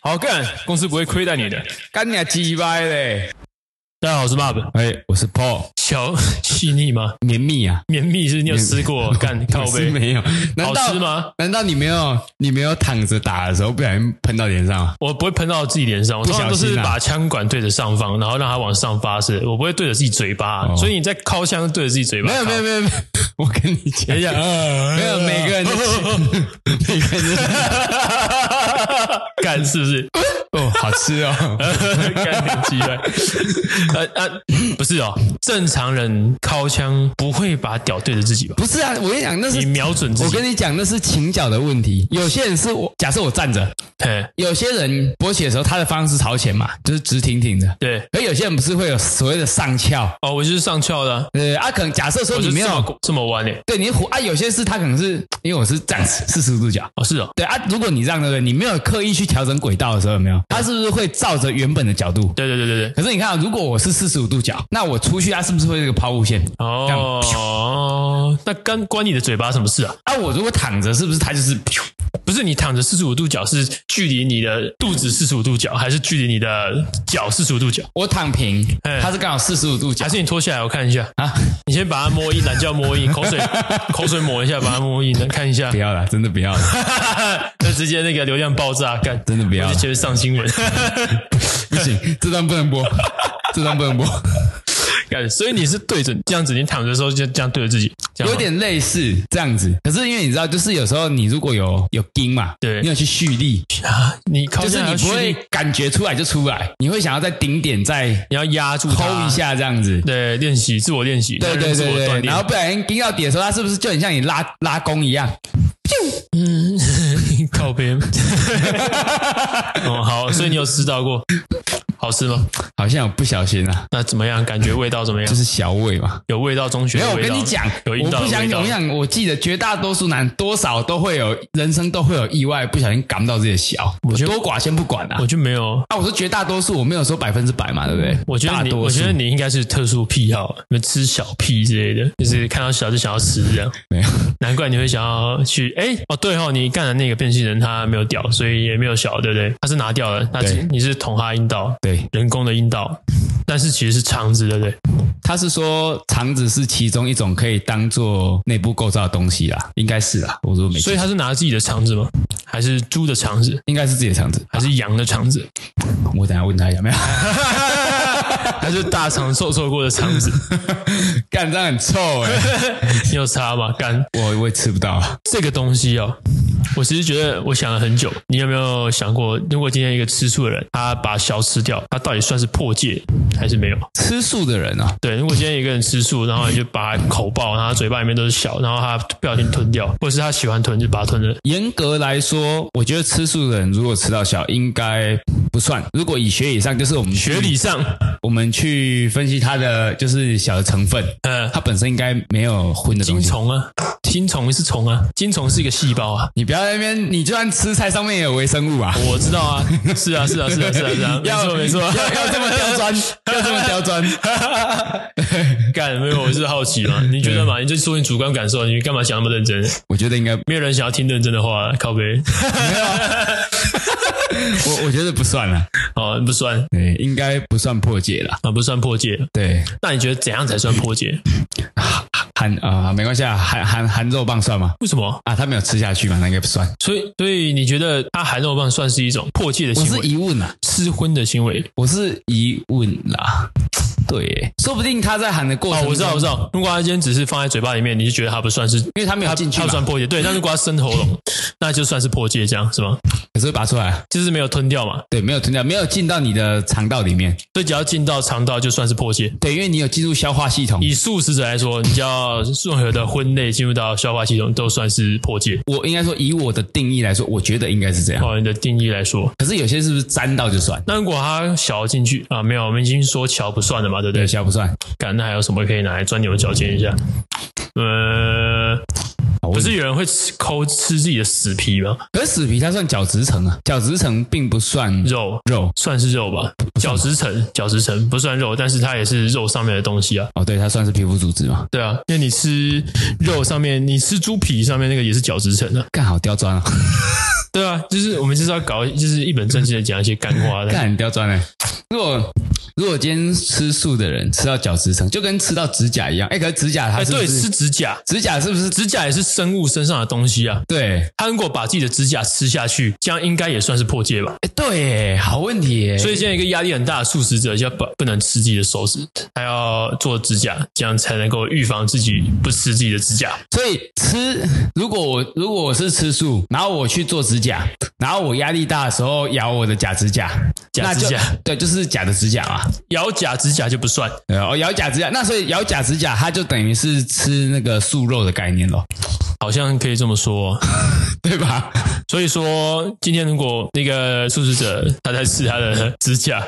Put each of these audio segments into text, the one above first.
好干，公司不会亏待你的。干你啊鸡掰嘞！大家好，我是 Bob。哎，我是 Paul，小细腻吗？绵密啊，绵密是你有吃 过？干靠我是背，没有？难好道吃吗？难道你没有你没有躺着打的时候不小心喷到脸上吗？我不会喷到自己脸上，我通常都不小是心啊把枪管对着上方，然后让它往上发射，我不会对着自己嘴巴。哦所以你在靠枪对着自己嘴巴没靠，有没有没有没有，我跟你讲等一，下，没有每个人的每个人的 干是不是？ 哦，好吃哦，干很奇怪。呃啊，不是哦，正常人靠枪不会把屌对着自己吧？不是啊，我跟你讲那你是。瞄准自我己跟，你讲，那是倾角的问题。有些人是我，假设我站着，嘿，有些人勃起的时候，他的方式是朝前嘛，就是直挺挺的。对。而有些人不是会有所谓的上翘，哦，我就是上翘的啊、呃，啊，可能假设说我你哦是没这有，么这么弯诶、欸对你虎啊，有些是他可能是因为我是站四十度角，哦，是哦，对啊，如果你这样对不对？你没有刻意去调整轨道的时候，有没有？它是不是会照着原本的角度？对对对对对，可是你看、啊，如果我是四十五度角，那我出去它是不是会有一个抛物线？这样哦，那干关你的嘴巴什么事啊？啊，我如果躺着，是不是它就是？不是你躺着四十五度角是距离你的肚子四十五度角，还是距离你的脚四十五度角？我躺平嗯，它是刚好四十五度角还是你脱下来我看一下？啊？你先把它摸一，懒觉摸一，口 水口水抹一下，把它摸一，看一下 不，要了，真的不要了，那直接那个流量爆炸，干真的不要我了就，觉得上新闻， 不行， 这段不能播，这段不能播，干，所以你是对准这样子，你躺着的时候就这样对着自己，这样有吗点类似这样子。可是因为你知道，就是有时候你如果有有筋嘛，对你有去蓄力，啊，你靠就是下来你不要蓄会力感觉出来就出来，你会想要在顶点再你要压住它抠一下这样子。对，练习自我练习，啊对对自我对锻对，炼然后不小心盯到底的时候，它是不是就很像你拉拉弓一 样？ 靠边。 哦，好，所以你有吃到过，好吃吗？好像有不小心啊，那怎么样？感觉味道怎么就样？是小胃嘛。有味道，中学没有，的我味道跟你讲，有阴我道不的想味怎道么。样，我记得绝大多数男多少都会有，人生都会有意外，不小心感到自己的小，我觉得多寡先不管啊我。就没有，啊，我说绝大多数，我没有说百分之百嘛，对不对？我觉大得你，多我数觉得你应该是特殊癖好，你们吃小屁之类的，就是看到小就想要吃这样。没有。难怪你会想要去，哎、哦对哦，你干的那个变性人他没有屌，所以也没有小，对不对？他是拿掉了，他是对你是捅他阴道，对，人工的阴道，但是其实是肠子，对不对？他是说肠子是其中一种可以当做内部构造的东西啦，应该是啦。我说没记错，所以他是拿自己的肠子吗？还是猪的肠子？应该是自己的肠子。还是羊的肠 子？我等一下问他有 没有。还是大肠受挫过的肠子？干这样很臭哎、你有差吗？干我我也吃不到。啊这个东西哦，我其实觉得我想了很久。你有没有想过，如果今天一个吃素的人，他把小吃掉，他到底算是破戒还是没有？吃素的人啊，对，如果今天一个人吃素，然后你就把他口爆，然后他嘴巴里面都是小，然后他不小心吞掉，或者是他喜欢吞就把它吞了。严格来说，我觉得吃素的人如果吃到小，应该不算。如果以学以上，就是我们去学理上，我们去分析它的就是小的成 分，呃，它本身应该没有荤的金东西。虫啊，金虫是虫啊，金虫是一个细胞啊。你不要在那边，你就算吃菜上面也有微生物啊。我知道啊，是啊，是啊，是啊，是啊，是啊，没 要错，没错，要要这么 刁钻，要这么刁钻。干没有，我是好奇嘛，你觉得嗯嘛？你就说你主观感受，你干嘛想那么认真？我觉得 应该，啊没有人想要听认真的话，靠 背。我我觉得不算啊了，哦，不算对，应该不算破解了。啊，不算破戒。对，那你觉得怎样才算破戒？含啊、没关系啊，含含含肉棒算吗？为什么？啊，他没有吃下去嘛，那应该不算。所以，所以你觉得他含肉棒算是一种破戒的我行是为，疑问啊，吃荤的行为？我是疑问啦。对耶，说不定他在喊的过哦，程中，我知道，我知道。如果他今天只是放在嘴巴里面，你就觉得他不算是，因为他没有进去他嘛不，算破戒。对，但如果他伸喉咙，那就算是破戒，这样是吗？可是拔出来，啊就是没有吞掉嘛，对，没有吞掉，没有进到你的肠道里面，所以只要进到肠道就算是破戒。对，因为你有进入消化系统。以素食者来说，你叫任何的荤类进入到消化系统都算是破戒。我应该说，以我的定义来说，我觉得应该是这样。哦，你的定义来说，可是有些是不是沾到就算？那如果它小进去啊，没有，我们已经说桥不算了嘛，对不对对，？消不算。干，那还有什么可以拿来钻牛角尖一下？呃，好不是有人会吃抠吃自己的死皮吗？可是死皮它算角质层啊，角质层并不算肉肉。算是肉吧，角质层，角质层不算肉，但是它也是肉上面的东西啊。哦，对，它算是皮肤组织嘛。对啊，因为你吃肉上面，你吃猪皮上面那个也是角质层啊。 干好刁钻啊！对对啊，就是我们就是要搞，就是一本正经的讲一些干话的。干很刁钻哎、如果如果今天吃素的人吃到脚趾层，就跟吃到指甲一样。哎、可是指甲它哎，是不对，是、吃指甲，指甲是不是？指甲也是生物身上的东西啊。对，他如果把自己的指甲吃下去，这样应该也算是破戒吧？哎、对耶，好问题耶。所以现在一个压力很大的素食者，要不不能吃自己的手指，他要做指甲，这样才能够预防自己不吃自己的指甲。所以吃，如果我如果我是吃素，然后我去做指甲，然后我压力大的时候咬我的假指甲，假指甲那就对，就是假的指甲嘛。咬假指甲就不算，对啊，哦，咬假指甲，那所以咬假指甲，它就等于是吃那个素肉的概念咯，好像可以这么说哦。对吧？所以说，今天如果那个素食者他在吃他的指甲，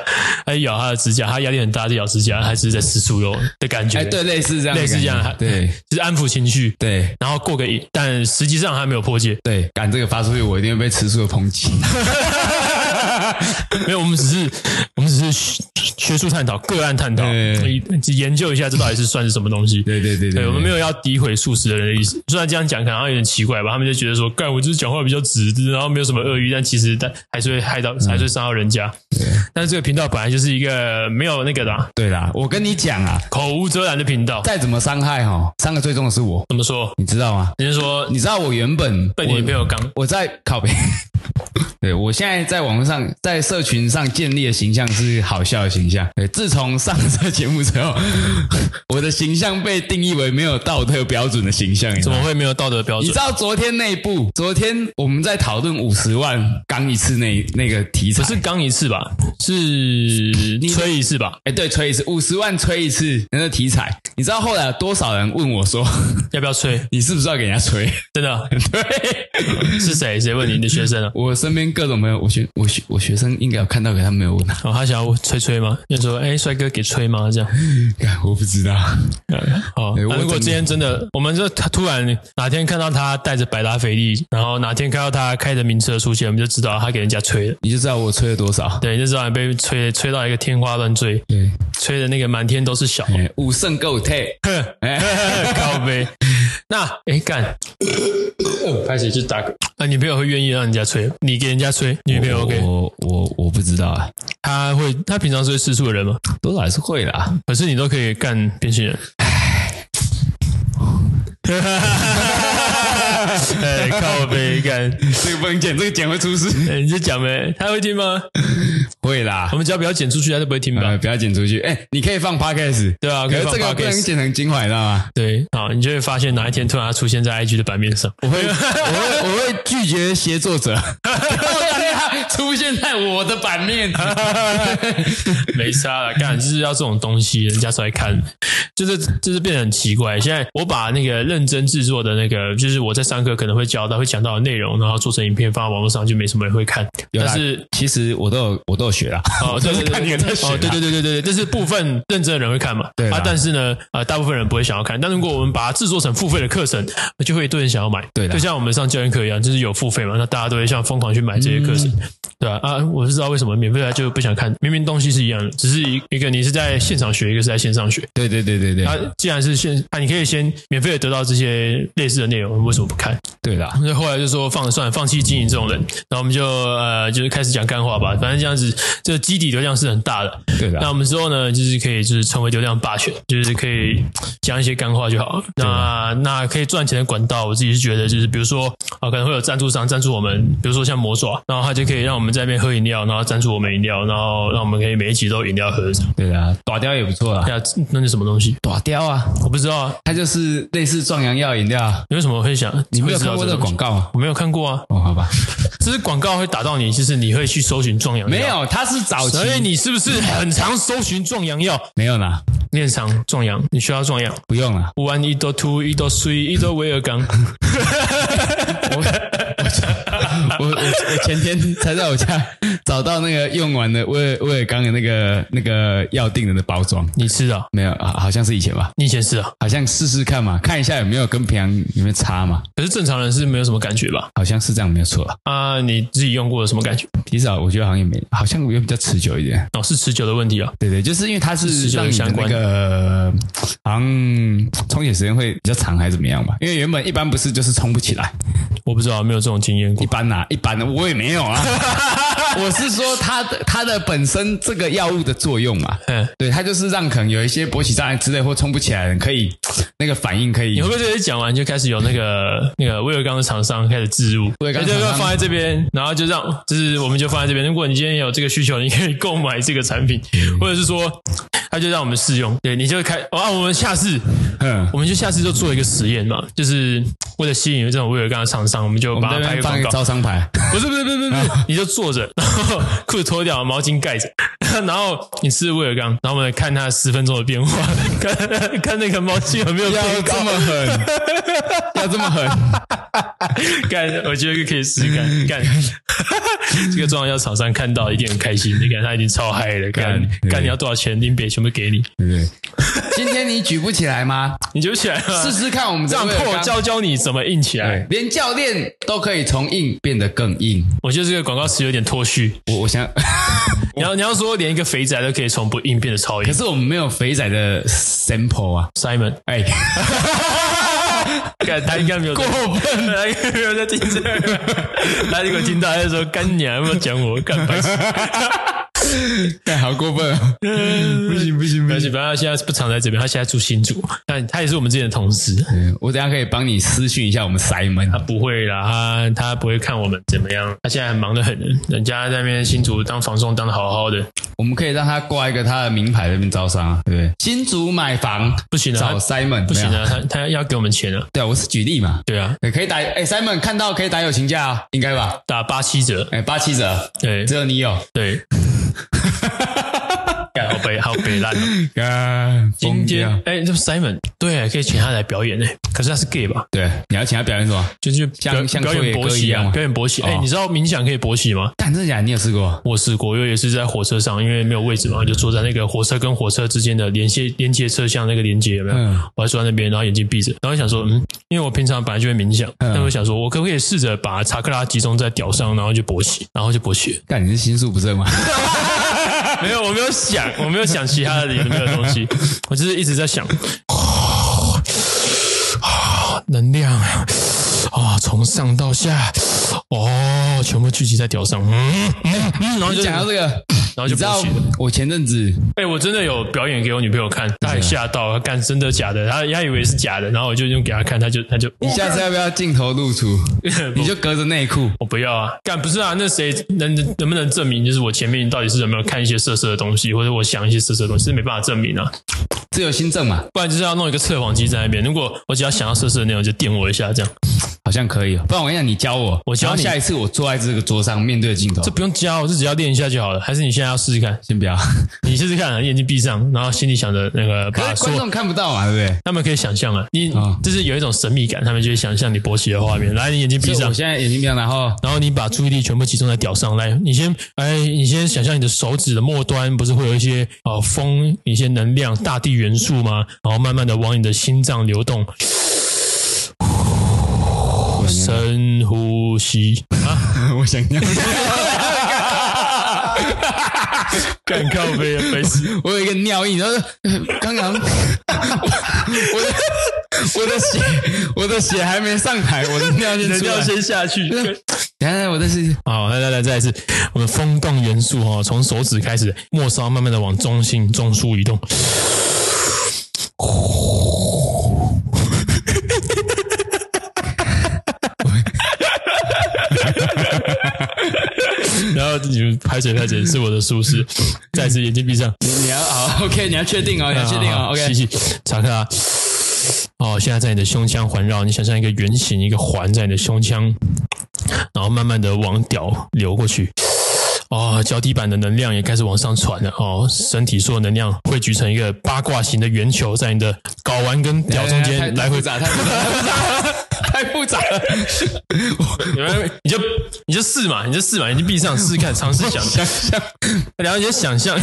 他咬他的指甲，他压力很大，就咬指甲，还是在吃素肉的感觉。哎，对，，类似这样的类感觉，似这样，对就是安抚情绪，对然后过个瘾，但实际上他没有破 戒。对，赶这个发出去，我一定会被吃素的抨击。 没有，我们只是我们只是学学术探讨、个案探讨，对所以只研究一下这到底是算是什么东西。对对对对，我们没有有要诋毁素食的人的意思。虽然这样讲可能好像有点奇怪吧，他们就觉得说，干我就是讲话比较直，然后没有什么恶意，但其实但还是会害到，嗯还是会伤到人家。但是这个频道本来就是一个没有那个的啊、对啦，我跟你讲啊，口无遮拦的频道。再怎么伤害哈、伤的最重的是我，怎么说？你知道吗？你是说你知道我原本被你女我朋友刚？我在靠北， 对我现在在网络上、在社群上建立的形象是好笑的形象。对，自从上这节目之后， 我的形象被定义为没有道德标准的形象。你知怎道吗么会没有道德标你知准？道昨天那一部？昨天我们在讨论五十万刚一次那那个题材不。是刚一次吧？是吹一次吧？哎，对，吹一次五十万，吹一次那个题材，你知道后来有多少人问我说， 要不要吹？你是不是要给人家吹？真 的对，是谁？谁问你你的学生啊？我身边各种朋友，我学我学我学生应该有看到，可他没有问啊。哦，他想要吹吹吗？就说：“哎、帅哥给吹吗？”这样。 干我不知道，好，哎那我如果真的今天真的，我们就他突然哪天看到他带着百达翡丽，然后哪天看到他开着名车出现，我们就知道他给人家吹了。你就知道我吹了多少。对，就知道你被吹吹到一个天花乱坠，对，吹的那个满天都是小哎，五胜够哎退。 靠背。那哎干，开始就打嗝。啊，女朋友会愿意让人家吹，你给人家吹，女朋友 OK，我我我不知道啊，她会，她平常是会吃醋的人吗？多少还是会啦。可是你都可以干变性人。 哎，靠背干，这个不能剪，这个剪会出事。哎你就讲呗，他会听吗？ 会啦我，们只要不要剪出去，他就不会听吧？呃，不要剪出去。哎，你可以放 podcast，对啊，可是以放这个不 podcast 能剪成精华，你知道吗？对，好，你就会发现哪一天突然他出现在 IG 的版面上，我 会我会我会拒绝协作者，他 出现在我的版面。没差了，干就是要这种东西，人家才会看，就是就是变得很奇怪。现在我把那个认真制作的那个，就是我在上课可能会教到会讲到的内容，然后做成影片放到网络上，就没什么人会看， 有但啦是。其实我都有我都有学 啦，哦，对对对，看你有在学啦哦，对对对对对对，这是部分认真的人会看嘛，对啦啊，但是呢，呃，大部分人不会想要看。但如果我们把它制作成付费的课程， 就会有一堆人想要买，对啦就像我们上教练课一样，就是有付费嘛，那大家都会像疯狂去买这些课程，嗯对吧、啊？我是知道为什么免费的就不想看，明明东西是一样的，只是一一个你是在现场学，一个是在线上学。对对对对对啊，既然是线啊，你可以先免费的得到这些类似的内容，为什么不看？对啦，所以后来就说放了算了，放弃经营这种人，然后我们就呃就是开始讲干话吧，反正这样子，这个基底流量是很大的。对啊那啦，我们之后呢，就是可以就是成为流量霸权，就是可以讲一些干话就好了。啊那那可以赚钱的管道，我自己是觉得就是比如说啊，可能会有赞助商赞助我们，比如说像魔爪，然后他就可以让我们在那边喝饮料，然后赞助我们饮料，然后让我们可以每一集都有饮料喝。这样对啦，打雕也不错啦哎，呀，那是什么东西？打雕啊，我不知道啊，它就是类似壮阳药饮料啊。你为什么会想？你没有会知看道过这这个东西广？告吗？我没有看过啊，哦，好吧，这是广告会打到你，就是你会去搜寻壮阳药没，有，它是早期，所以你是不是很常搜寻壮阳药？没有啦，你很常壮阳，你需要壮阳。不用啦。 one 一多 two 一多 three 一多威尔刚，我我我前天才在我家 找到那个用完的威尔威尔刚的那个那个药定的包装，你吃的啊、没有，好好像是以前吧，你以前吃啊？好像试试看嘛，看一下有没有跟平常有没有差嘛，可是正常人是没有什么感觉吧？好像是这样，没有错啦。啊，你自己用过有什么感觉？提早我觉得好像也没，好像也比较持久一点。哦，是持久的问题啊。对对，就是因为它是持久让有你的相那关个呃好像充血时间会比较长还是怎么样吧？因为原本一般不是就是充不起来，我不知道，没有这种经验过一。般啦、啊一般的我也没有 啊。我是说它的它的本身这个药物的作用嘛，嗯对，它就是让可能有一些勃起障碍之类或冲不起来的人，可以那个反应可以你会不会这些讲完就开始有那个那个威尔刚的厂商开始置入？威尔刚哎这厂个商放在这边，然后就让就是我们就放在这边。如果你今天有这个需求，你可以购买这个产品，嗯或者是说他就让我们试用。对，你就开啊，我们下次嗯，我们就下次就做一个实验嘛，就是为了吸引这种威尔刚的厂商，我们就我们把这它拍个边放广一告个。招商 牌，不是不是不是不是不 是，你就坐着，然后裤子脱掉，毛巾盖着， 然后你吃威尔刚，然后我们看它十分钟的变化， 看看那个毛巾有没有要变高这。么 狠，要这么狠，干，我觉得可以试试看。干，这个状况要厂商看到一定很开心。你看他已经超嗨了，干干干对你要多少钱，林北全部给你，对不对？今天你举不起来 吗？你就起来了。试试看我们这的样威尔破刚教教你怎么硬起来对。，连教练都可以从硬变得更硬。我觉得这个广告词有点脱序。我我想， 你要你要说连一个肥宅都可以从不硬变得超可硬是我们没有肥仔的 sample 啊， ，Simon， 哎，干他应该没有过分，他应该没有在听这个。他如果听到，他就说干你还没有讲我干白痴。哎，好过分 啊！不行不行而！且反正他现在不常在这边，他现在住新竹，但他也是我们之前的同事。嗯我等一下可以帮你私讯一下我们塞门他不会啦，他他不会看我们怎么样，他现在很忙得很，人家在那边新竹当房仲当的好好的，我们可以让他挂一个他的名牌在那边招商啊，对不对？新竹买房不行啊找，Simon 不行没有，啊，他他要给我们钱啊，对啊，我是举例嘛，对啊，对，可以打哎 Simon 看到可以打友情价啊，应该吧？打八七折，哎，八七折，对只有你有，对，干好北好北烂哦。 啊，今疯天掉哎，这 Simon 对，可以请他来表演呢，可是他是 gay 吧？对，你要请他表演什么？就是表像像表拓演野勃哥一起样啊，吗表演勃起。哎哦，你知道冥想可以勃起吗？干真的假的？你有试过？我试过，因为也是在火车上，因为没有位置嘛，就坐在那个火车跟火车之间的连接连接车厢那个连接有没有？嗯我还坐在那边，然后眼睛闭着，然后想说，嗯，因为我平常本来就会冥想，嗯但我想说我可不可以试着把查克拉集中在屌上，然后就勃起，然后就勃起了。 干你是心术不正吗？没有，我没有想，我没有想其他的里面的东西，我就是一直在想，哦能量啊，哦从上到下，哦，全部聚集在屌上，嗯嗯嗯，然后就讲到这个，然后就你知道勃起了。我前阵子哎、我真的有表演给我女朋友看，她也吓到，她干真的假的，她她以为是假的，然后我就用给她看，她就她就，你下次要不要镜头 露出？嗯你就隔着内裤，我不要啊，干不是啊，那谁能能不能证明，就是我前面到底是有没有看一些色色的东西，或者我想一些色色的东西，是没办法证明啊，自由新政嘛，不然就是要弄一个测谎机在那边，如果我只要想要色色的内容，就电我一下这样，好像可以哦。不然我跟你讲，你教我，我教然后你下一次我坐在这个桌上面对镜头这，不用教，这只要练一下就好了，还是你现在要试试看，先不要，你试试看、啊，眼睛闭上，然后心里想着那个 可把是所观众看不到嘛，对不对？他们可以想象啊，你、啊就是有一种神秘感，他们就会想象你勃起的画面，来，你眼睛闭所以上我。现在眼睛闭上，然 后然后你把注意力全部集中在屌上来，你先哎，你先想象你的手指的末端不是会有一些呃风、一些能量、大地元素吗？然后慢慢的往你的心脏流动， 深呼吸，我想尿，干靠背啊，没 事， 我有一个尿意，然后呃 刚刚我我的 我的血我的血还没上来，我的尿先人出要来。先下去。 等一下，我的是好，来来来，再来一次，我们风动元素哦，从手指开始，末梢慢慢的往中心中枢移动。 然后你们拍水拍水是我的舒适，再次眼睛闭上，你你要好 OK，你要确定哦，你要确定好哦啊好 OK。吸气，查克拉。哦，现在在你的胸腔环绕，你想象一个圆形，一个环在你的胸腔，然后慢慢的往屌流过去。哦，脚底板的能量也开始往上传了。哦，身体所有能量汇聚成一个八卦形的圆球，在你的睾丸跟屌中间来哎太回复杂，太复杂， 太复杂了。你们 你就你就试嘛，你就试嘛，你就闭上试试看，尝试 想，想象，然后你就想象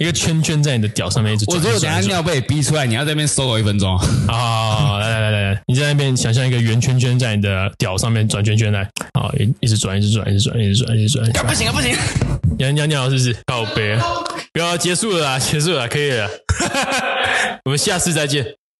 一个圈圈在你的屌上面一直我转。如果等转下转尿被逼出来，你要在那边 solo 一分钟。啊、来来来来，你在那边想象一个圆圈圈在你的屌上面转圈圈来，啊，一一直转，一直转，一直转，一直转，一直转，不行啊，不行！你要尿尿是不啊是？ 靠背，不要结束了啦，结束了啦，可以了啦，我们下次再见。